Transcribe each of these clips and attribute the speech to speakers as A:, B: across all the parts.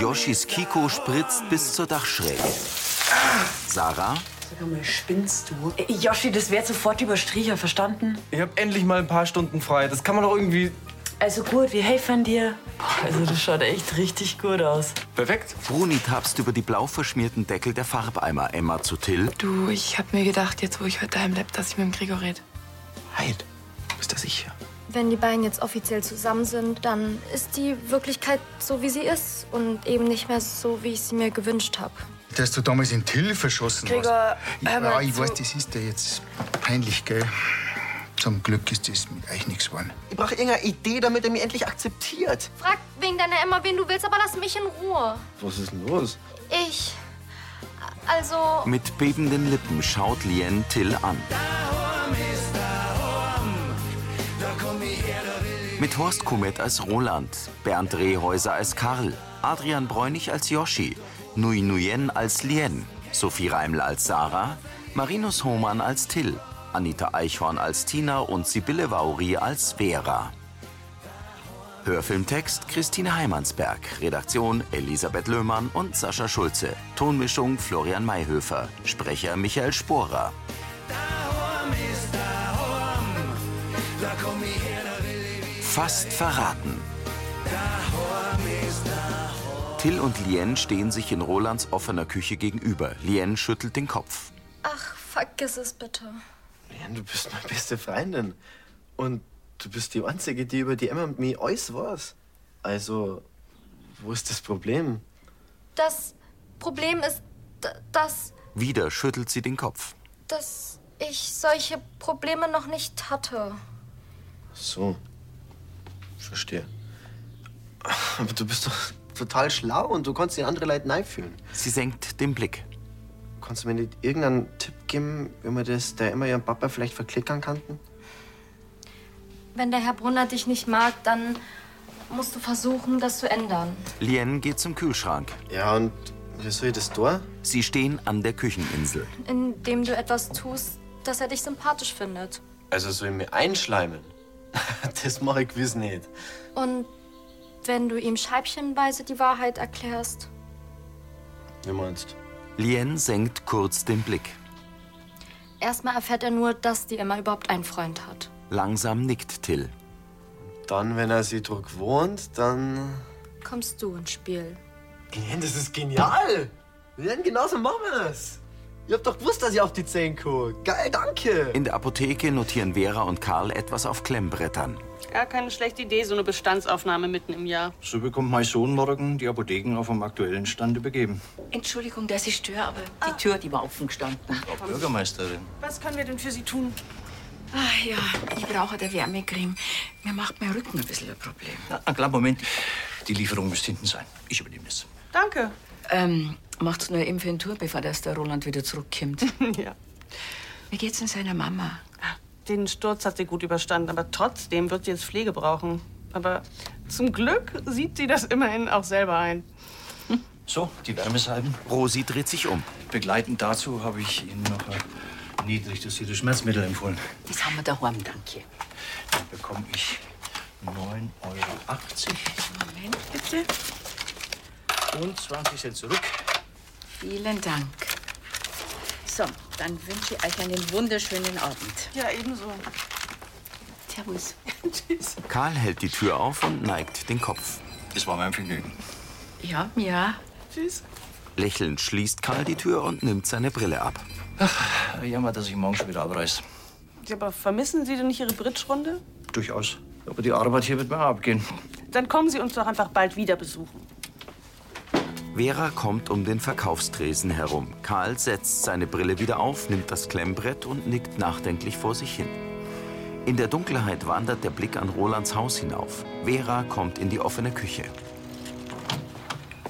A: Yoshis Kiko spritzt bis zur Dachschräge. Sarah
B: Sag mal, spinnst du? Yoshi, das wäre sofort überstrichen, verstanden?
C: Ich hab endlich mal ein paar Stunden frei. Das kann man doch irgendwie.
B: Also gut, wir helfen dir. Also das schaut echt richtig gut aus.
C: Perfekt.
A: Bruni tapst über die blau verschmierten Deckel der Farbeimer Emma zu Till.
D: Du, ich hab mir gedacht, jetzt wo ich heute daheim bleib, dass ich mit dem Gregor red.
C: Halt. Bist du sicher?
E: Wenn die beiden jetzt offiziell zusammen sind, dann ist die Wirklichkeit so, wie sie ist und eben nicht mehr so, wie ich sie mir gewünscht habe.
F: Dass du damals in Till verschossen
D: Gregor,
F: hast.
D: hör mal
F: Ja, ich
D: zu.
F: weiß, das ist dir jetzt peinlich, gell? Zum Glück ist das mit euch nichts geworden.
G: Ich brauche irgendeine Idee, damit er mich endlich akzeptiert.
E: Frag wegen deiner Emma, wen du willst, aber lass mich in Ruhe.
C: Was ist denn los?
E: Ich. Also.
A: Mit bebenden Lippen schaut Lien Till an. Mit Horst Kummet als Roland, Bernd Rehäuser als Karl, Adrian Bräunig als Yoshi, Nui Nuyen als Lien, Sophie Reimler als Sarah, Marinus Hohmann als Till, Anita Eichhorn als Tina und Sibylle Vauri als Vera. Hörfilmtext Christine Heimansberg, Redaktion Elisabeth Löhmann und Sascha Schulze, Tonmischung Florian Mayhöfer, Sprecher Michael Sporer. Fast verraten. Till und Lien stehen sich in Rolands offener Küche gegenüber. Lien schüttelt den Kopf.
E: Ach, vergiss es bitte.
G: Leon, du bist meine beste Freundin. Und du bist die Einzige, die über die Emma und mich alles weiß. Also, wo ist das Problem?
E: Das Problem ist, d- dass.
A: Wieder schüttelt sie den Kopf.
E: dass ich solche Probleme noch nicht hatte.
G: So. Verstehe. Aber du bist doch total schlau und du kannst den anderen Leuten einfühlen.
A: Sie senkt den Blick.
G: Kannst du mir nicht irgendeinen Tipp geben, wie man das der Emma ihren Papa vielleicht verklickern kannten?
E: Wenn der Herr Brunner dich nicht mag, dann musst du versuchen, das zu ändern.
A: Lien geht zum Kühlschrank.
G: Ja, und wie soll ich das da?
A: Sie stehen an der Kücheninsel.
E: Indem du etwas tust, dass er dich sympathisch findet.
G: Also soll ich mir einschleimen? das mache ich gewiss nicht.
E: Und wenn du ihm scheibchenweise die Wahrheit erklärst.
G: Wie meinst
A: Lien senkt kurz den Blick.
E: Erstmal erfährt er nur, dass die Emma überhaupt einen Freund hat.
A: Langsam nickt Till.
G: Dann, wenn er sie druck wohnt, dann.
E: Kommst du ins Spiel.
G: Glenn, das ist genial! Glenn, genauso machen wir das! Ihr habt doch gewusst, dass ich auf die 10 gucke. Geil, danke!
A: In der Apotheke notieren Vera und Karl etwas auf Klemmbrettern.
H: Gar keine schlechte Idee, so eine Bestandsaufnahme mitten im Jahr.
I: So bekommt mein Sohn morgen die Apotheken auf dem aktuellen Stand übergeben.
B: Entschuldigung, dass ich störe, aber die Tür, die war offen gestanden.
I: Frau Bürgermeisterin.
H: Was können wir denn für Sie tun?
D: Ach Ah, ja, ich brauche eine Wärmecreme. Mir macht mein Rücken ein bisschen ein Problem.
I: Na, einen kleinen Moment. Die Lieferung müsste hinten sein. Ich übernehme das.
H: Danke.
B: Ähm, macht's nur eben für den Tour, bevor das der Roland wieder zurückkommt.
H: Ja.
D: Wie geht's denn seiner Mama?
H: Den Sturz hat sie gut überstanden, aber trotzdem wird sie jetzt Pflege brauchen. Aber zum Glück sieht sie das immerhin auch selber ein.
I: So, die Wärmesalben.
A: Rosi dreht sich um.
I: Begleitend dazu habe ich Ihnen noch ein niedrig dosiertes Schmerzmittel empfohlen.
B: Das haben wir daheim, danke.
I: Dann bekomme ich 9,80 Euro
D: Moment bitte.
I: und 20 Cent zurück.
D: Vielen Dank. So, dann wünsche ich euch einen wunderschönen Abend.
H: Ja, ebenso.
D: Servus.
A: Karl hält die Tür auf und neigt den Kopf.
I: Das war mein Vergnügen.
D: Ja, ja.
A: Lächelnd schließt Karl die Tür und nimmt seine Brille ab.
I: Jammer, dass ich morgen schon wieder abreiß.
H: Ja, aber vermissen Sie denn nicht Ihre Bridge-Runde?
I: Durchaus. Aber die Arbeit hier wird mir abgehen.
H: Dann kommen Sie uns doch einfach bald wieder besuchen.
A: Vera kommt um den Verkaufstresen herum. Karl setzt seine Brille wieder auf, nimmt das Klemmbrett und nickt nachdenklich vor sich hin. In der Dunkelheit wandert der Blick an Rolands Haus hinauf. Vera kommt in die offene Küche.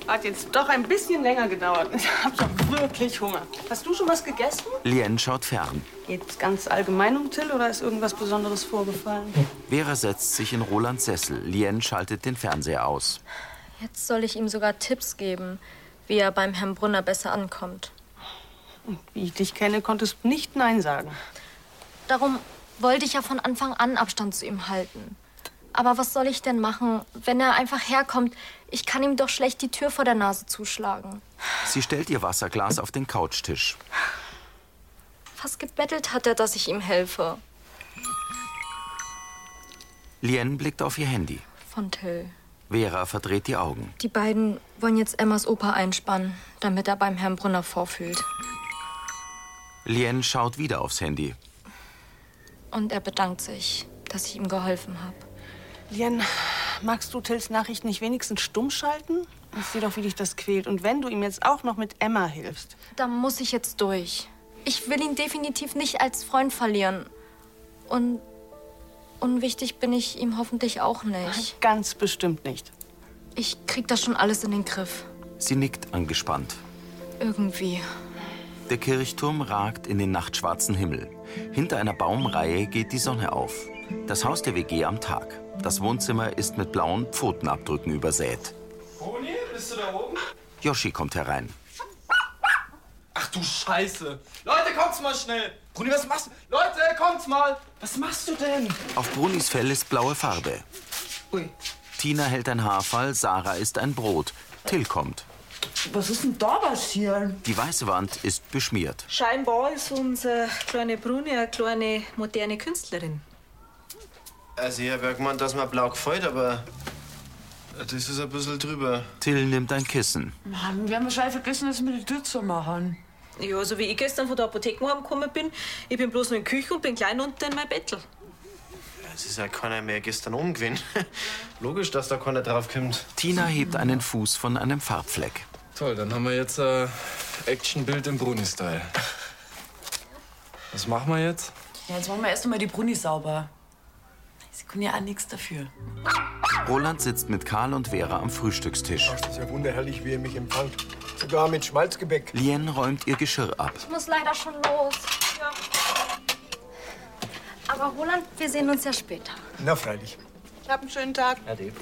H: Hat jetzt doch ein bisschen länger gedauert. Ich hab doch wirklich Hunger. Hast du schon was gegessen?
A: Lien schaut fern.
H: Geht's ganz allgemein um Till oder ist irgendwas Besonderes vorgefallen?
A: Vera setzt sich in Rolands Sessel. Lien schaltet den Fernseher aus.
E: Jetzt soll ich ihm sogar Tipps geben, wie er beim Herrn Brunner besser ankommt.
H: Wie ich dich kenne, konntest du nicht Nein sagen.
E: Darum wollte ich ja von Anfang an Abstand zu ihm halten. Aber was soll ich denn machen, wenn er einfach herkommt? Ich kann ihm doch schlecht die Tür vor der Nase zuschlagen.
A: Sie stellt ihr Wasserglas auf den Couchtisch.
E: Fast gebettelt hat er, dass ich ihm helfe.
A: Lien blickt auf ihr Handy.
E: Von Till.
A: Vera verdreht die Augen.
E: Die beiden wollen jetzt Emmas Opa einspannen, damit er beim Herrn Brunner vorfühlt.
A: Lien schaut wieder aufs Handy.
E: Und er bedankt sich, dass ich ihm geholfen habe.
H: Lien, magst du Tills Nachricht nicht wenigstens stumm schalten? Ich sehe doch, wie dich das quält. Und wenn du ihm jetzt auch noch mit Emma hilfst.
E: Da muss ich jetzt durch. Ich will ihn definitiv nicht als Freund verlieren. Und unwichtig bin ich ihm hoffentlich auch nicht.
H: Ganz bestimmt nicht.
E: Ich krieg das schon alles in den Griff.
A: Sie nickt angespannt.
E: Irgendwie.
A: Der Kirchturm ragt in den nachtschwarzen Himmel. Hinter einer Baumreihe geht die Sonne auf. Das Haus der WG am Tag. Das Wohnzimmer ist mit blauen Pfotenabdrücken übersät.
C: Toni, bist du da oben?
A: Yoshi kommt herein.
C: Ach du Scheiße. Leute, kommt's mal schnell. Bruni, was machst du? Leute, kommt's mal. Was machst du denn?
A: Auf Brunis Fell ist blaue Farbe.
B: Ui.
A: Tina hält ein Haarfall, Sarah ist ein Brot. Till kommt.
B: Was ist denn da passiert?
A: Die weiße Wand ist beschmiert.
J: Scheinbar ist unsere kleine Bruni eine kleine moderne Künstlerin.
G: Also, ich hab ja gemeint, dass mir blau gefällt, aber. Das ist ein bisschen drüber.
A: Till nimmt ein Kissen.
B: Mann, wir haben wahrscheinlich vergessen, das mit der Tür zu machen.
J: Ja, so wie ich gestern von der Apotheke heimgekommen bin, ich bin bloß nur in die Küche und bin klein unten in mein Bettel.
G: Es ist ja keiner mehr gestern umgewinnt. Logisch, dass da keiner drauf kommt.
A: Tina hebt einen Fuß von einem Farbfleck.
C: Toll, dann haben wir jetzt äh, Actionbild im Bruni-Style. Was machen wir jetzt?
B: Ja, jetzt machen wir erst noch mal die Bruni sauber. Sie können ja auch nichts dafür.
A: Roland sitzt mit Karl und Vera am Frühstückstisch.
K: Ist ja wunderherrlich, wie ihr mich empfangt. Sogar mit Schmalzgebäck.
A: Lien räumt ihr Geschirr ab.
E: Ich muss leider schon los. Aber Roland, wir sehen uns ja später.
K: Na, freilich.
H: Hab einen schönen Tag.
K: Ade.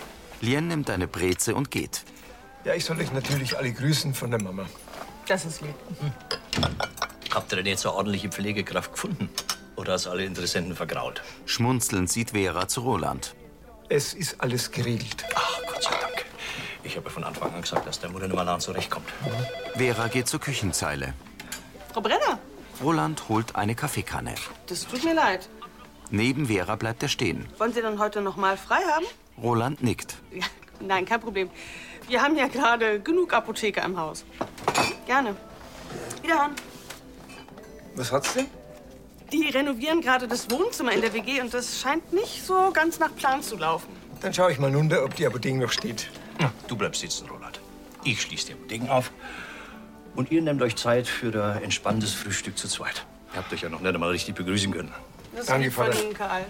A: Lien nimmt eine Breze und geht.
K: Ja, ich soll euch natürlich alle grüßen von der Mama.
H: Das ist lieb.
I: Habt ihr denn jetzt eine ordentliche Pflegekraft gefunden? Oder hast alle Interessenten vergrault?
A: Schmunzelnd sieht Vera zu Roland.
K: Es ist alles geregelt.
I: Gott sei Dank. Ich habe von Anfang an gesagt, dass der Mutter nicht mehr lang zurechtkommt.
A: Vera geht zur Küchenzeile.
H: Frau Brenner,
A: Roland holt eine Kaffeekanne.
H: das tut mir leid.
A: Neben Vera bleibt er stehen.
H: Wollen Sie dann heute noch mal frei haben?
A: Roland nickt.
H: Ja, nein, kein Problem. Wir haben ja gerade genug Apotheker im Haus. Gerne. Wiederhören.
C: Was hat's denn?
H: Die renovieren gerade das Wohnzimmer in der WG und das scheint nicht so ganz nach Plan zu laufen.
K: Dann schaue ich mal runter, ob die Apotheke noch steht.
I: Du bleibst sitzen, Roland. Ich schließe die Apotheken auf. Und ihr nehmt euch Zeit für ein entspanntes Frühstück zu zweit. Ihr habt euch ja noch nicht einmal richtig begrüßen können.
H: Das
K: Danke,
H: liegt von
K: Vater.
H: Ihnen, Karl.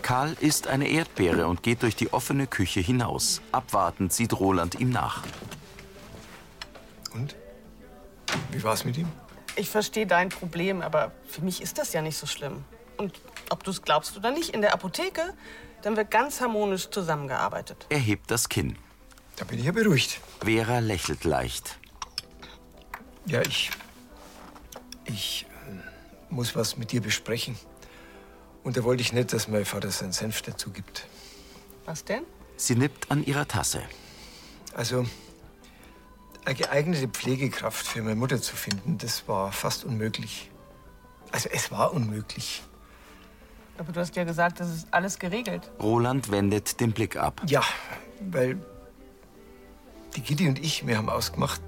A: Karl isst eine Erdbeere und geht durch die offene Küche hinaus. Abwartend sieht Roland ihm nach.
K: Und? Wie war's mit ihm?
H: Ich verstehe dein Problem, aber für mich ist das ja nicht so schlimm. Und ob du es glaubst oder nicht, in der Apotheke, dann wird ganz harmonisch zusammengearbeitet.
A: Er hebt das Kinn.
K: Da bin ich ja beruhigt.
A: Vera lächelt leicht.
K: Ja, ich. Ich ähm, muss was mit dir besprechen. Und da wollte ich nicht, dass mein Vater seinen Senf dazu gibt.
H: Was denn?
A: Sie nippt an ihrer Tasse.
K: Also, eine geeignete Pflegekraft für meine Mutter zu finden, das war fast unmöglich. Also, es war unmöglich.
H: Aber du hast ja gesagt, das ist alles geregelt.
A: Roland wendet den Blick ab.
K: Ja, weil die Gitti und ich, wir haben ausgemacht,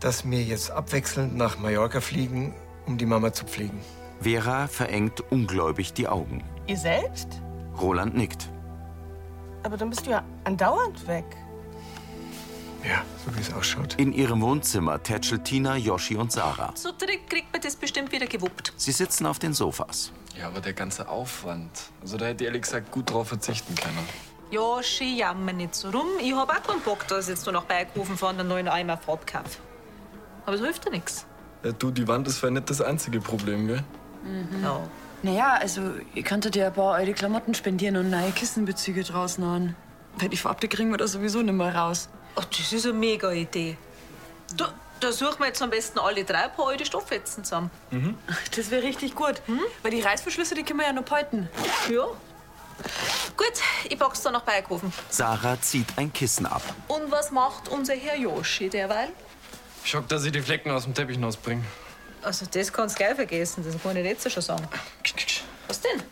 K: dass wir jetzt abwechselnd nach Mallorca fliegen, um die Mama zu pflegen.
A: Vera verengt ungläubig die Augen.
H: Ihr selbst?
A: Roland nickt.
H: Aber dann bist du ja andauernd weg.
K: Ja, so wie es ausschaut.
A: In ihrem Wohnzimmer tätschelt Tina, Yoshi und Sarah.
J: So direkt kriegt man das bestimmt wieder gewuppt.
A: Sie sitzen auf den Sofas.
C: Ja, aber der ganze Aufwand. Also da hätte ich ehrlich gesagt gut drauf verzichten können.
J: Joschi, jammer nicht so rum. Ich hab auch keinen Bock, dass jetzt du noch beigerufen von der neuen Eimer Farbkampf. Aber es hilft dir nichts.
C: Ja, Äh, du, die Wand ist vielleicht nicht das einzige Problem, gell?
J: Ja.
B: Mhm. Naja, also, ihr könntet ja ein paar eure Klamotten spendieren und neue Kissenbezüge draußen an. Weil die Farbe kriegen wir da sowieso nicht mehr raus.
J: Ach, das ist eine mega Idee. Da, da suchen wir jetzt am besten alle drei ein paar alte Stofffetzen zusammen. Hm?
B: Das wäre richtig gut. Weil die Reißverschlüsse, die können wir ja noch behalten.
J: Ja. Gut, ich pack's da nach Berghofen.
A: Sarah zieht ein Kissen ab.
J: Und was macht unser Herr Yoshi derweil?
C: Schock, dass sie die Flecken aus dem Teppich hinausbringen.
J: Also, das kannst du gleich vergessen, das kann ich jetzt schon sagen. Was denn?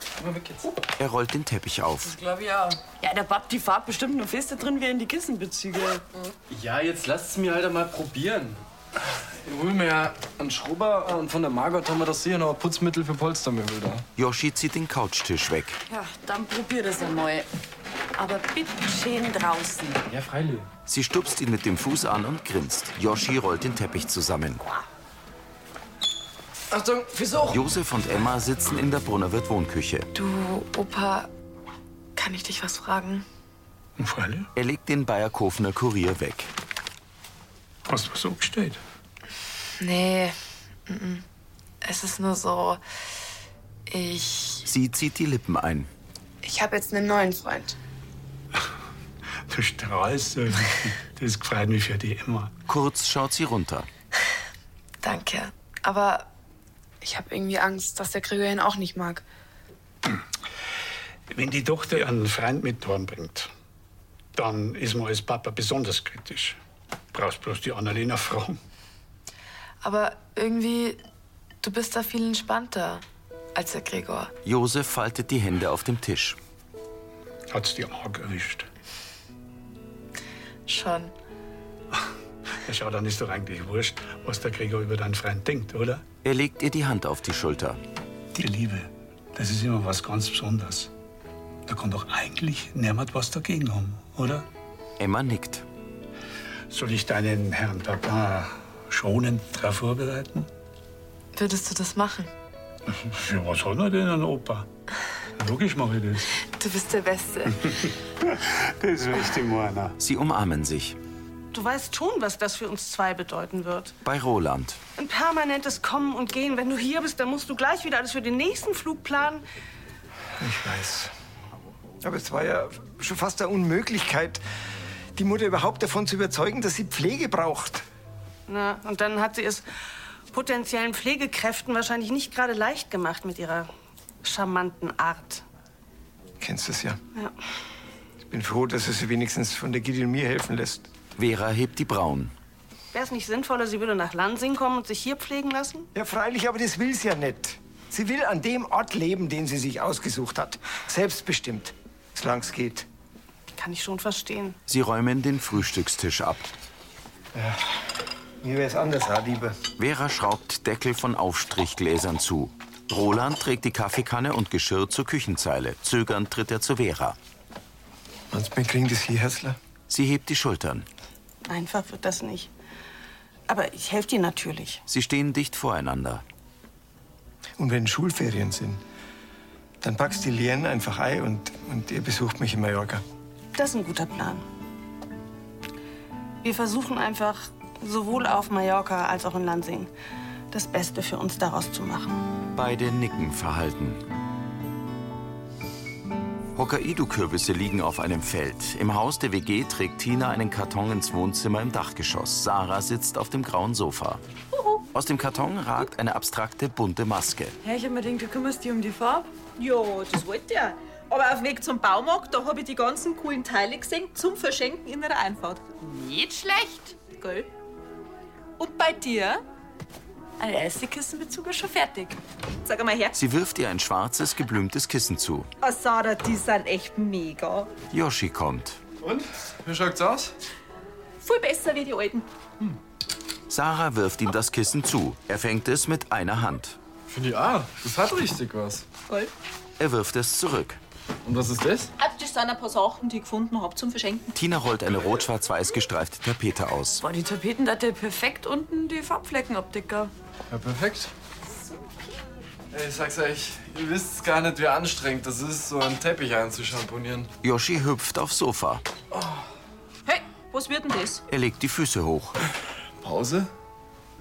A: Er rollt den Teppich auf.
B: Ich glaube ja. Ja, der Bab, die Fahrt bestimmt nur fester drin wie in die Kissenbezüge. Mhm.
C: Ja, jetzt lasst's mir halt mal probieren. Ich hol mir ja einen Schrubber und von der Margot haben wir das hier noch ein Putzmittel für Polstermöbel da.
A: Yoshi zieht den Couchtisch weg.
B: Ja, dann probier das einmal. Aber bitte schön draußen.
C: Ja, freilich.
A: Sie stupst ihn mit dem Fuß an und grinst. Yoshi rollt den Teppich zusammen.
C: Achtung, Versuch!
A: Josef und Emma sitzen in der Brunnerwirt Wohnküche.
L: Du, Opa, kann ich dich was fragen?
A: Er legt den Bayerkofener Kurier weg.
M: Hast du was angestellt?
L: Nee, mhm. es ist nur so, ich,
A: Sie zieht die Lippen ein.
L: ich habe jetzt einen neuen Freund.
M: Du strahlst so. Das freut mich für dich immer.
A: Kurz schaut sie runter.
L: Danke. Aber ich habe irgendwie Angst, dass der Gregor ihn auch nicht mag.
M: Wenn die Tochter einen Freund mit bringt, dann ist man als Papa besonders kritisch. Brauchst bloß die Annalena fragen.
L: Aber irgendwie, du bist da viel entspannter als der Gregor.
A: Josef faltet die Hände auf dem Tisch.
M: Hat's dir arg erwischt.
L: Schon.
M: Ja, schau, dann ist doch eigentlich wurscht, was der Gregor über deinen Freund denkt, oder?
A: Er legt ihr die Hand auf die Schulter.
M: Die Liebe, das ist immer was ganz Besonderes. Da kann doch eigentlich niemand was dagegen haben, oder?
A: Emma nickt.
M: Soll ich deinen Herrn Papa schonend darauf vorbereiten?
L: Würdest du das machen?
M: Für was hat er denn einen Opa? Logisch mache ich das.
L: Du bist der Beste.
M: Das möchte ich meiner.
A: Sie umarmen sich.
H: Du weißt schon, was das für uns zwei bedeuten wird.
A: Bei Roland.
H: Ein permanentes Kommen und Gehen. Wenn du hier bist, dann musst du gleich wieder alles für den nächsten Flug planen.
N: Ich weiß. Aber es war ja schon fast eine Unmöglichkeit, die Mutter überhaupt davon zu überzeugen, dass sie Pflege braucht.
H: Na, und dann hat sie es potenziellen Pflegekräften wahrscheinlich nicht gerade leicht gemacht mit ihrer charmanten Art.
N: Kennst du es ja.
H: Ja.
N: Ich bin froh, dass es sie wenigstens von der Gidi und mir helfen lässt.
A: Vera hebt die Brauen.
H: Wäre es nicht sinnvoller, sie würde nach Lansing kommen und sich hier pflegen lassen?
N: Ja, freilich, aber das will sie ja nicht. Sie will an dem Ort leben, den sie sich ausgesucht hat. Selbstbestimmt, solange es geht.
H: Kann ich schon verstehen.
A: Sie räumen den Frühstückstisch ab.
N: Mir wäre es anders, Liebe.
A: Vera schraubt Deckel von Aufstrichgläsern zu. Roland trägt die Kaffeekanne und Geschirr zur Küchenzeile. Zögernd tritt er zu Vera.
N: Meinst wir kriegen das hier, Hässler?
A: Sie hebt die Schultern.
H: Einfach wird das nicht. Aber ich helfe dir natürlich.
A: Sie stehen dicht voreinander.
N: Und wenn Schulferien sind, dann packst du die Lien einfach ein und, und ihr besucht mich in Mallorca.
H: Das ist ein guter Plan. Wir versuchen einfach, sowohl auf Mallorca als auch in Lansing, das Beste für uns daraus zu machen.
A: Beide nicken verhalten. Hokkaido-Kürbisse liegen auf einem Feld. Im Haus der WG trägt Tina einen Karton ins Wohnzimmer im Dachgeschoss. Sarah sitzt auf dem grauen Sofa. Aus dem Karton ragt eine abstrakte, bunte Maske.
B: Hä, ich hab mir gedacht, du kümmerst dich um die Farbe?
J: Ja, das wollte er. Aber auf dem Weg zum Baumarkt, da habe ich die ganzen coolen Teile gesehen zum Verschenken in der Einfahrt. Nicht schlecht. Gell? Und bei dir? Ah, Der erste Kissenbezug ist schon fertig. Sag mal her.
A: Sie wirft ihr ein schwarzes, geblümtes Kissen zu.
J: Ah, Sarah, die sind echt mega.
A: Yoshi kommt.
J: Und?
C: Wie schaut's aus?
J: Viel besser wie die alten.
A: Sarah wirft ihm das Kissen zu. Er fängt es mit einer Hand.
C: Finde ich auch. Das hat richtig was.
J: Gell?
A: Er wirft es zurück.
C: Und was ist das?
J: Ah, Das sind ein paar Sachen, die ich gefunden habe zum Verschenken.
A: Tina rollt eine rot-schwarz-weiß gestreifte Tapete aus.
B: Boah, die Tapeten, da hat der perfekt unten die Farbfleckenoptik gehabt.
C: Ja, perfekt. Ey, Ich sag's euch, ihr wisst gar nicht, wie anstrengend das ist, so einen Teppich einzuschamponieren.
A: Yoshi hüpft aufs Sofa.
J: Hey, was wird denn das?
A: Er legt die Füße hoch.
C: Pause?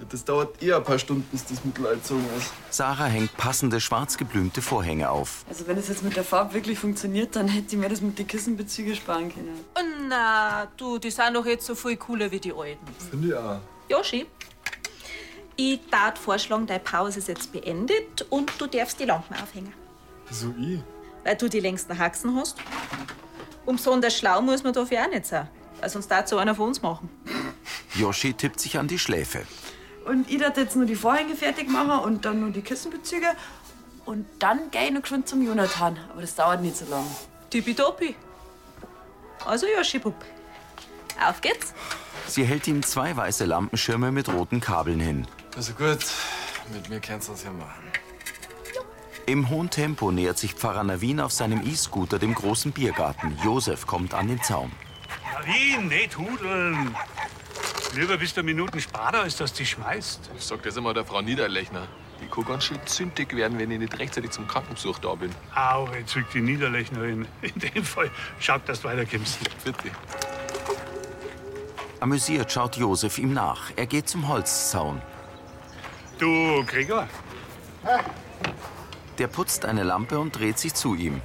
C: Das dauert eher ein paar Stunden, bis das Mittel einzogen ist.
A: Sarah hängt passende schwarz geblümte Vorhänge auf.
B: Also wenn es jetzt mit der Farbe wirklich funktioniert, dann hätte ich mir das mit den Kissenbezügen sparen können.
J: Oh, na, du, die sind doch jetzt so viel cooler wie die alten.
C: Finde ich auch.
J: Joshi, ich darf vorschlagen, deine Pause ist jetzt beendet und du darfst die Lampen aufhängen.
C: Wieso ich?
J: weil du die längsten Haxen hast. Um besonders schlau muss man dafür auch nicht sein, weil sonst dazu einer von uns machen.
A: Yoshi tippt sich an die Schläfe.
B: Und ich darf jetzt nur die Vorhänge fertig machen und dann nur die Kissenbezüge. Und dann gehe ich noch geschwind zum Jonathan. Aber das dauert nicht so lang.
J: Tippitoppi. Also Yoshi-Pup, auf geht's.
A: Sie hält ihm zwei weiße Lampenschirme mit roten Kabeln hin.
C: Also gut, mit mir kannst du das ja machen.
A: Im hohen Tempo nähert sich Pfarrer Navin auf seinem E-Scooter dem großen Biergarten. Josef kommt an den Zaun.
M: Marvin, nicht hudeln. Lieber bist du Minuten sparer, als dass du dich schmeißt.
O: Ich sag das immer der Frau Niederlechner. Die kann ganz schön zündig werden, wenn ich nicht rechtzeitig zum Krankenbesuch da bin.
M: Au, jetzt zückt die Niederlechnerin. In dem Fall schaut, dass du weiterkommst. Bitte.
A: Amüsiert schaut Josef ihm nach. Er geht zum Holzzaun.
M: Du, Gregor,
A: Der putzt eine Lampe und dreht sich zu ihm.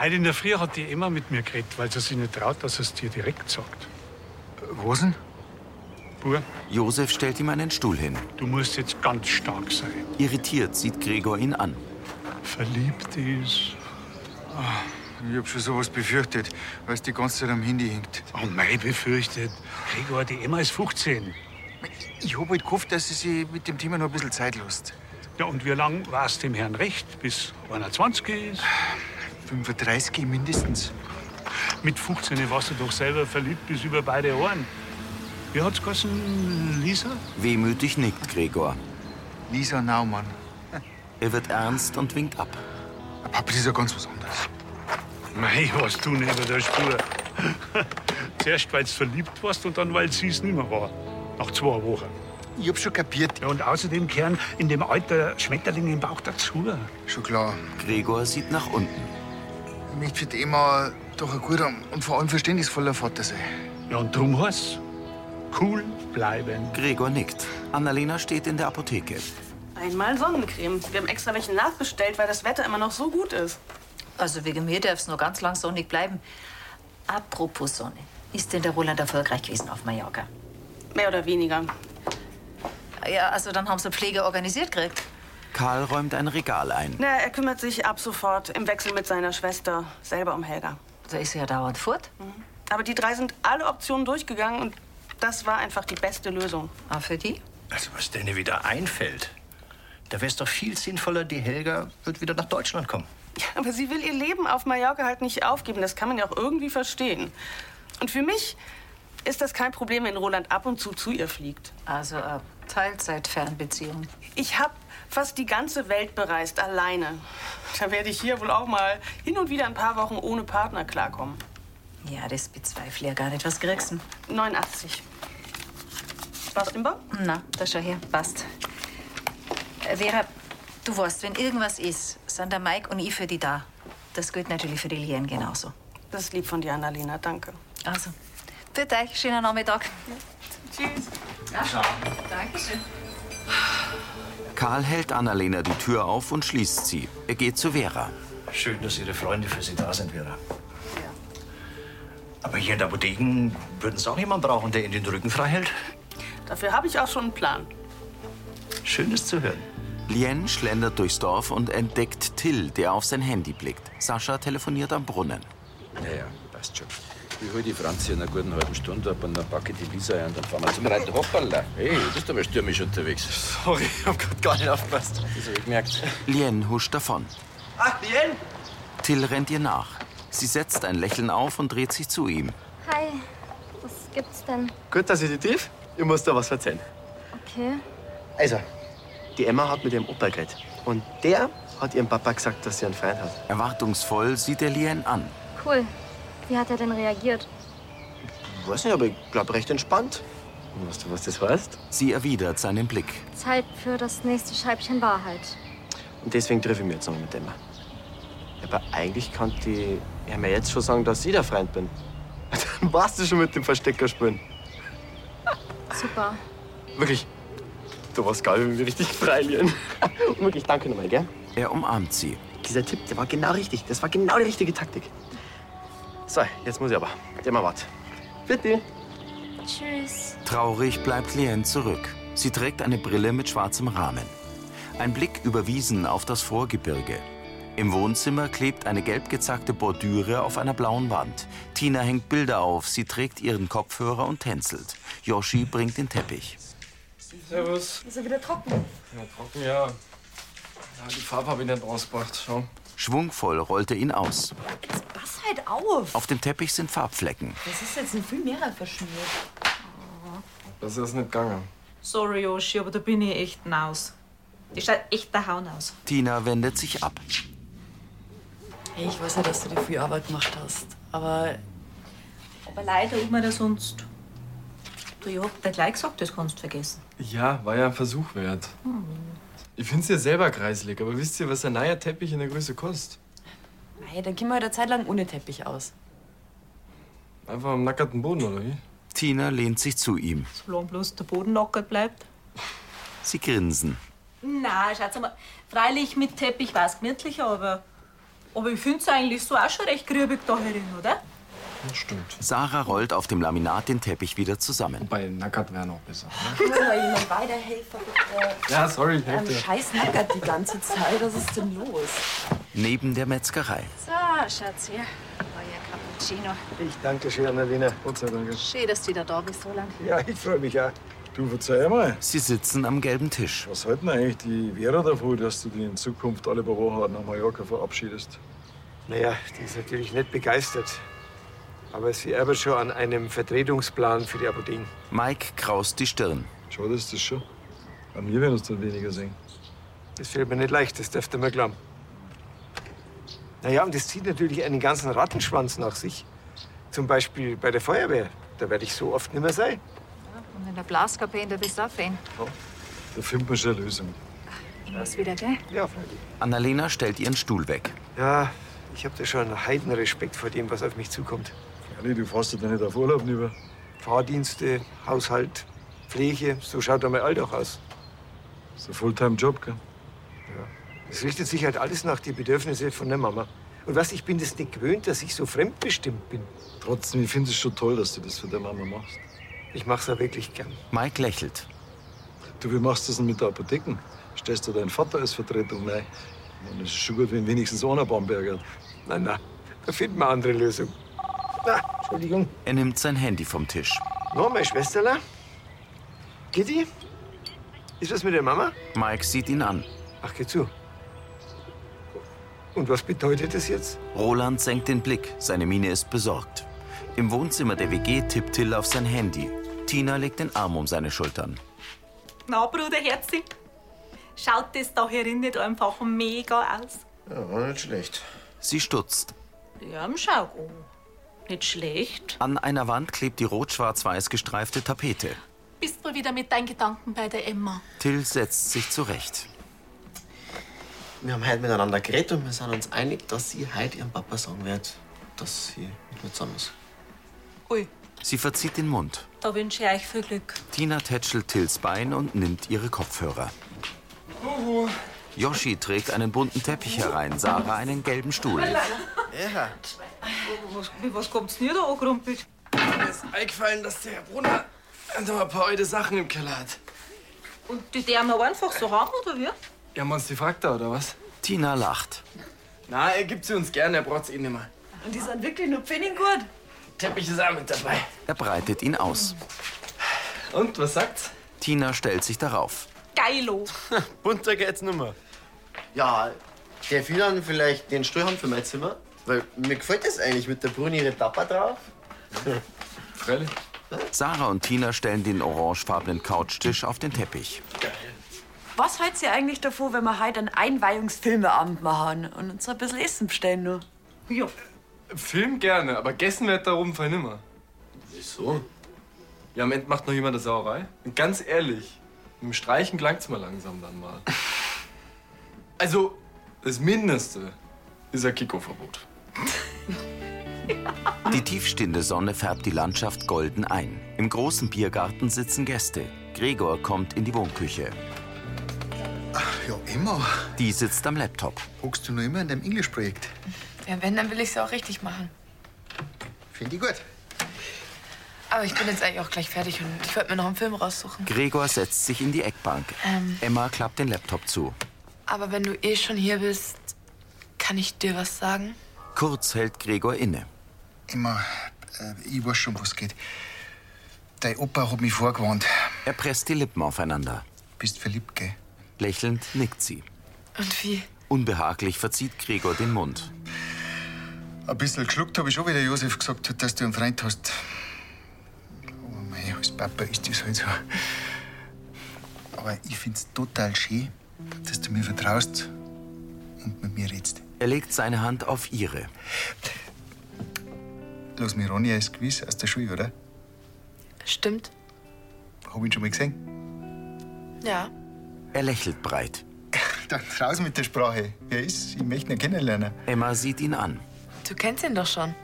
M: heute in der Früh hat die Emma mit mir geredet, weil sie sich nicht traut, dass sie es dir direkt sagt.
A: Rosen?
M: Bur,
A: Josef stellt ihm einen Stuhl hin.
M: du musst jetzt ganz stark sein.
A: Irritiert sieht Gregor ihn an.
M: Verliebt ist.
F: Ah, Ich hab schon sowas befürchtet, weil es die ganze Zeit am Handy hängt.
M: Oh, mei, befürchtet. Gregor, die Emma ist 15.
F: Ich hab halt gehofft, dass sie sich mit dem Thema noch ein bisschen Zeit lässt.
M: Ja, und wie lang war es dem Herrn recht, bis 120 ist?
F: 35 mindestens.
M: Mit 15 warst du doch selber verliebt bis über beide Ohren. Wie hat's geheißen, Lisa?
A: Wehmütig nickt Gregor. Lisa Naumann. Er wird ernst und winkt ab. Papa, das ist ja ganz was anderes.
M: Mei, was du neben der Spur. Zuerst, weil du verliebt warst und dann, weil sie es nicht mehr war. Nach zwei Wochen.
F: Ich hab schon kapiert.
M: Ja, und außerdem kehren in dem Alter Schmetterlinge im Bauch dazu.
F: Schon klar.
A: Gregor sieht nach unten.
F: Ich möchte für die Emma doch ein guter und vor allem verständnisvoller Vater sein.
M: Ja, und drum hast Cool bleiben.
A: Gregor nickt. Annalena steht in der Apotheke.
H: Einmal Sonnencreme. Wir haben extra welche nachbestellt, weil das Wetter immer noch so gut ist.
D: Also wegen mir darf es nur ganz lang sonnig bleiben. Apropos Sonne. Ist denn der Roland erfolgreich gewesen auf Mallorca?
H: Mehr oder weniger.
D: Ja, also dann haben sie Pflege organisiert gekriegt.
A: Karl räumt ein Regal ein.
H: Na, er kümmert sich ab sofort im Wechsel mit seiner Schwester selber um Helga.
D: Da ist er ja dauernd fort.
H: Aber die drei sind alle Optionen durchgegangen und das war einfach die beste Lösung.
D: Ah, für die?
I: Also, was dir denn wieder einfällt, da wär's doch viel sinnvoller, die Helga wird wieder nach Deutschland kommen.
H: Aber sie will ihr Leben auf Mallorca halt nicht aufgeben. Das kann man ja auch irgendwie verstehen. Und für mich ist das kein Problem, wenn Roland ab und zu zu ihr fliegt.
D: Also äh, Teilzeitfernbeziehung.
H: Ich habe fast die ganze Welt bereist, alleine. Da werde ich hier wohl auch mal hin und wieder ein paar Wochen ohne Partner klarkommen.
D: Ja, das bezweifle ich ja gar nicht. Was kriegst du?
H: 89. Warst du im Bau?
D: Na, da schau her. Passt. Äh, Vera, du weißt, wenn irgendwas ist, sind der Mike und ich für die da. Das gilt natürlich für die Lien genauso.
H: Das ist lieb von dir, Annalena. Danke.
D: Also, für dich. Schönen Nachmittag.
H: Tschüss.
D: Ciao. Dankeschön.
A: Karl hält Annalena die Tür auf und schließt sie. Er geht zu Vera.
I: Schön, dass Ihre Freunde für Sie da sind, Vera. Aber hier in der Apotheke würden Sie auch jemanden brauchen, der Ihnen den Rücken frei hält.
H: Dafür habe ich auch schon einen Plan.
A: Schönes zu hören. Lien schlendert durchs Dorf und entdeckt Till, der auf sein Handy blickt. Sascha telefoniert am Brunnen.
P: Naja, passt schon. Ich hol die Franzi in einer guten halben Stunde ab und dann packe ich die Lisa ein und dann fahren wir zum Reiten. Hoppala! Hey, du bist aber stürmisch unterwegs. Sorry, ich hab grad gar nicht aufgepasst. Das hab ich gemerkt.
A: Lien huscht davon.
G: Ah,
P: Ach, Lien!
A: Till rennt ihr nach. Sie setzt ein Lächeln auf und dreht sich zu ihm.
Q: Hi, was gibt's denn?
G: Gut, dass ich dich triff. Ich muss dir was erzählen.
Q: Okay.
G: Also, die Emma hat mit ihrem Opa geredet. Und der hat ihrem Papa gesagt, dass sie einen Freund hat.
A: Erwartungsvoll sieht er Lien an.
Q: Cool. Wie hat er denn reagiert?
G: Weiß nicht, aber ich glaube recht entspannt. Weißt du, was das heißt?
A: Sie erwidert seinen Blick.
Q: Zeit für das nächste Scheibchen Wahrheit.
G: Und deswegen treffe ich mich jetzt noch mit Emma. Aber eigentlich kann die ja mir jetzt schon sagen, dass ich der Freund bin. Dann warst du schon mit dem Verstecker spielen.
Q: Super.
G: Wirklich. Du warst geil, wenn wir richtig freilieren. Und wirklich, danke nochmal, gell?
A: Er umarmt sie.
G: Dieser Tipp, der war genau richtig. Das war genau die richtige Taktik. So, jetzt muss ich aber. Die Emma wart. Bitte.
Q: Tschüss.
A: Traurig bleibt Lien zurück. Sie trägt eine Brille mit schwarzem Rahmen. Ein Blick über Wiesen auf das Vorgebirge. Im Wohnzimmer klebt eine gelb gezackte Bordüre auf einer blauen Wand. Tina hängt Bilder auf, sie trägt ihren Kopfhörer und tänzelt. Yoshi bringt den Teppich.
C: Servus.
R: Ist er wieder trocken?
C: Ja, trocken, ja. ja die Farbe habe ich nicht ausgebracht. Schau.
A: Schwungvoll rollt er ihn aus.
R: Pass halt auf!
A: Auf dem Teppich sind Farbflecken.
R: Das ist jetzt ein viel mehrer verschmiert.
C: Das ist nicht gegangen.
J: Sorry, Yoshi, aber da bin ich echt naus. Die schaut echt der Hauen aus.
A: Tina wendet sich ab.
B: Hey, ich weiß ja, dass du dir viel Arbeit gemacht hast. Aber
J: Aber leider um mir das sonst. Du, ich hab dir gleich gesagt, das kannst du vergessen.
C: Ja, war ja ein Versuch wert.
J: Hm.
C: Ich find's ja selber kreislig, aber wisst ihr, was ein neuer Teppich in der Größe kostet?
B: hey, dann gehen wir halt eine Zeit lang ohne Teppich aus.
C: Einfach am nackerten Boden, oder wie?
A: Tina lehnt sich zu ihm.
J: Solange bloß der Boden locker bleibt.
A: Sie grinsen.
J: Na, schaut mal, freilich mit Teppich war's gemütlicher, aber. Aber ich find's eigentlich so auch schon recht grübig da herin, oder?
A: Sarah rollt auf dem Laminat den Teppich wieder zusammen.
C: Wobei, nackert wäre noch besser.
R: Kannst du mal jemand weiterhelfen? bitte?
C: Ja, sorry, ich helf
R: Ähm,
C: dir.
R: Scheiß nackert die ganze Zeit. Was ist denn los?
A: Neben der Metzgerei.
D: So, Schatz, hier. Euer Cappuccino.
S: Ich danke schön, Annalena.
C: Gott sei Dank.
D: Schön, dass du da da bist, Roland.
S: Ja, ich freue mich auch. Du, verzeih mal.
A: Sie sitzen am gelben Tisch.
S: Was halten eigentlich die Vera davon, dass du dich in Zukunft alle paar Wochen nach Mallorca verabschiedest?
N: Naja, die ist natürlich nicht begeistert. Aber sie arbeitet schon an einem Vertretungsplan für die Apotheken.
A: Mike kraust die Stirn.
S: Schade ist das schon. An mir werden uns dann weniger sehen.
N: Das fällt mir nicht leicht, das dürfte man glauben. Naja, und das zieht natürlich einen ganzen Rattenschwanz nach sich. Zum Beispiel bei der Feuerwehr. Da werde ich so oft nicht mehr sein.
D: Und in der Blaskapelle, da bist du auch Fan.
S: Da findet man schon eine Lösung.
D: Ich muss wieder, gell?
N: Ja, freilich.
A: Annalena stellt ihren Stuhl weg.
N: Ja, ich habe da schon einen Heidenrespekt vor dem, was auf mich zukommt.
S: Ehrlich, du fährst doch nicht auf Urlaub über.
N: Fahrdienste, Haushalt, Pflege, so schaut einmal Alltag aus.
S: Das ist ein Fulltime-Job, gell?
N: Es richtet sich halt alles nach die Bedürfnisse von der Mama. Und was, ich bin das nicht gewöhnt, dass ich so fremdbestimmt bin.
S: Trotzdem, ich finde es schon toll, dass du das für deine Mama machst.
N: Ich mach's ja wirklich gern.
A: Mike lächelt.
S: Du, wie machst du das denn mit der Apotheken? Stellst du deinen Vater als Vertretung rein? Dann ist es schon gut, wenn wenigstens einer Bamberger hat.
N: Nein, nein, da finden wir eine andere Lösung. Na, Entschuldigung.
A: Er nimmt sein Handy vom Tisch.
N: Na, meine Schwesterle? Kitty? Ist was mit der Mama?
A: Mike sieht ihn an.
N: Ach, geh zu. Und was bedeutet das jetzt?
A: Roland senkt den Blick. Seine Miene ist besorgt. Im Wohnzimmer der WG tippt Till auf sein Handy. Tina legt den Arm um seine Schultern.
J: Na, Bruder Herzi, schaut das da herin nicht einfach mega aus?
A: Ja, war nicht schlecht. Sie stutzt.
J: Ja, im Schau an. Nicht schlecht.
A: An einer Wand klebt die rot-schwarz-weiß gestreifte Tapete.
T: Bist wohl wieder mit deinen Gedanken bei der Emma.
A: Till setzt sich zurecht.
G: Wir haben heute miteinander geredet und wir sind uns einig, dass sie heute ihrem Papa sagen wird, dass sie mit mir zusammen ist.
A: Sie verzieht den Mund.
J: Da wünsche ich euch viel Glück.
A: Tina tätschelt Tills Bein und nimmt ihre Kopfhörer.
J: Uhu.
A: Yoshi trägt einen bunten Teppich herein, Sarah einen gelben Stuhl.
J: Ja. Was, mit was kommt's denn da angerumpelt?
C: Mir ist eingefallen, dass der Herr Brunner noch ein paar alte Sachen im Keller hat.
J: Und die dürfen wir einfach so haben, oder wie?
C: Ja, man die fragt da, oder was?
A: Tina lacht.
C: Na, er gibt sie uns gerne, er braucht's eh nicht mehr.
B: Und die sind wirklich nur pfenniggut.
C: Teppich ist auch mit dabei.
A: Er breitet ihn aus.
C: Und, was sagt's?
A: Tina stellt sich darauf.
J: Geilo.
G: Bunter geht's nimmer. Ja, der fiel dann vielleicht den Strohhalm für mein Zimmer, weil mir gefällt das eigentlich mit der brunieren Tappa drauf.
C: Freilich.
A: Sarah und Tina stellen den orangefarbenen Couchtisch auf den Teppich.
B: Was haltet ihr eigentlich davor, wenn wir heute einen Einweihungsfilmeabend machen und uns ein bisschen Essen bestellen nur?
J: Ja.
C: Film gerne, aber gessen wird darum Fall nimmer. Wieso? Ja, am Ende macht noch jemand eine Sauerei. Und ganz ehrlich, im Streichen klang's mal langsam dann mal. Also, das Mindeste ist ein Kiko-Verbot.
A: Die tiefstehende Sonne färbt die Landschaft golden ein. Im großen Biergarten sitzen Gäste. Gregor kommt in die Wohnküche.
F: Ja, immer.
A: Die sitzt am Laptop.
F: Guckst du nur immer in deinem Englischprojekt?
L: Ja, wenn, dann will ich es auch richtig machen.
F: Finde ich gut.
L: Aber ich bin jetzt eigentlich auch gleich fertig und ich wollte mir noch einen Film raussuchen.
A: Gregor setzt sich in die Eckbank.
L: Ähm.
A: Emma klappt den Laptop zu.
L: Aber wenn du eh schon hier bist, Kann ich dir was sagen?
A: Kurz hält Gregor inne.
F: Immer, äh, ich weiß schon, was geht. Dein Opa hat mich vorgewarnt.
A: Er presst die Lippen aufeinander.
F: Bist verliebt, gell?
A: Lächelnd nickt sie.
L: Und wie?
A: Unbehaglich verzieht Gregor den Mund.
F: Ein bisschen geschluckt habe ich schon, wie der Josef gesagt hat, dass du einen Freund hast. Oh mein, als Papa ist das halt so. Aber ich find's total schön, dass du mir vertraust und mit mir redst.
A: Er legt seine Hand auf ihre.
F: Los Mironia ist gewiss aus der Schule, oder?
L: Stimmt?
F: Hab ihn schon mal gesehen.
L: Ja.
A: Er lächelt breit.
F: Dann raus mit der Sprache. Wer ist? Ich möchte ihn kennenlernen.
A: Emma sieht ihn an.
L: Du kennst ihn doch schon.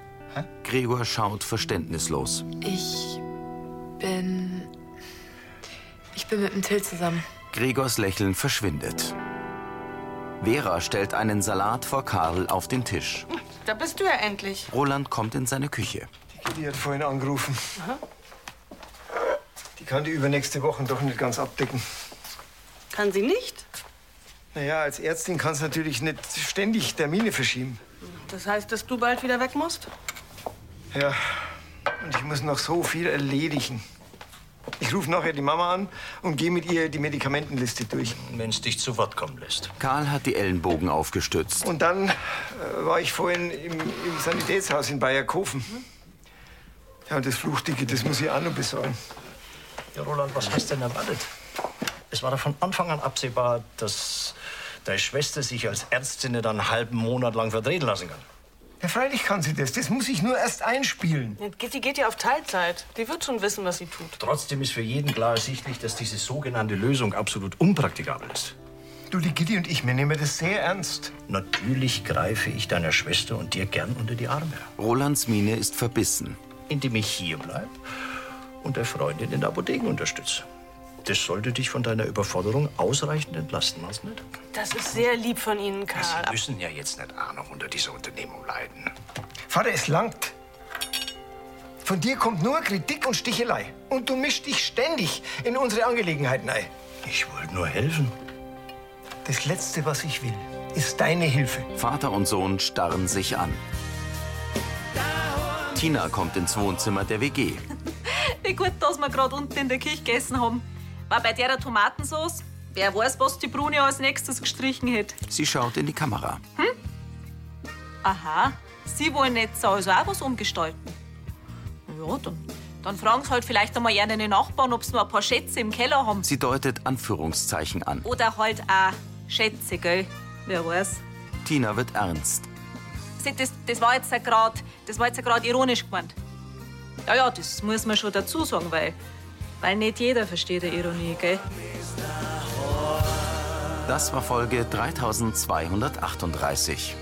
A: Gregor schaut verständnislos.
L: Ich bin. Ich bin mit dem Till zusammen.
A: Gregors Lächeln verschwindet. Vera stellt einen Salat vor Karl auf den Tisch.
H: Da bist du ja endlich.
A: Roland kommt in seine Küche.
N: Die hat vorhin angerufen. Die kann die übernächste Woche doch nicht ganz abdecken.
H: Kann sie nicht?
N: Naja, als Ärztin kannst du natürlich nicht ständig Termine verschieben.
H: Das heißt, dass du bald wieder weg musst?
N: Ja, und ich muss noch so viel erledigen. Ich rufe nachher die Mama an und gehe mit ihr die Medikamentenliste durch.
I: Wenn's dich zu Wort kommen lässt.
A: Karl hat die Ellenbogen aufgestützt.
N: Und dann äh, war ich vorhin im, im Sanitätshaus in Bayerkofen. Ja, und das Fluchticket, das muss ich auch noch besorgen.
I: Ja, Roland, was hast du denn erwartet? Es war doch von Anfang an absehbar, dass deine Schwester sich als Ärztin nicht einen halben Monat lang verdrehen lassen kann.
N: Ja, freilich kann sie das. Das muss ich nur erst einspielen.
H: Die geht ja auf Teilzeit. Die wird schon wissen, was sie tut.
I: Trotzdem ist für jeden klar ersichtlich, dass diese sogenannte Lösung absolut unpraktikabel ist.
N: Du, die Gitti und ich, wir nehmen das sehr ernst.
I: Natürlich greife ich deiner Schwester und dir gern unter die Arme,
A: Rolands Miene ist verbissen.
I: indem ich hier bleibe und der Freundin in der Apotheke unterstütze. Das sollte dich von deiner Überforderung ausreichend entlasten, was nicht?
H: Das ist sehr lieb von Ihnen, Karl.
I: Sie müssen ja jetzt nicht auch noch unter dieser Unternehmung leiden.
N: Vater, es langt. Von dir kommt nur Kritik und Stichelei. Und du mischst dich ständig in unsere Angelegenheiten ein.
I: Ich wollte nur helfen.
N: Das Letzte, was ich will, ist deine Hilfe.
A: Vater und Sohn starren sich an. Tina kommt ins Wohnzimmer der WG.
J: Wie gut, dass wir gerade unten in der Küche gegessen haben. War bei der Tomatensauce, wer weiß, was die Bruni als nächstes gestrichen hätte.
A: Sie schaut in die Kamera.
J: Aha, Sie wollen jetzt also auch was umgestalten. Na Ja, dann, dann fragen Sie halt vielleicht einmal gerne den Nachbarn, ob Sie noch ein paar Schätze im Keller haben.
A: Sie deutet Anführungszeichen an.
J: Oder halt auch Schätze, gell? Wer weiß.
A: Tina wird ernst.
J: Seht, Das, das war jetzt ja grad, das war jetzt ja grad ironisch gemeint. Ja, ja, das muss man schon dazu sagen, weil, weil nicht jeder versteht die Ironie, gell?
A: Das war Folge 3238.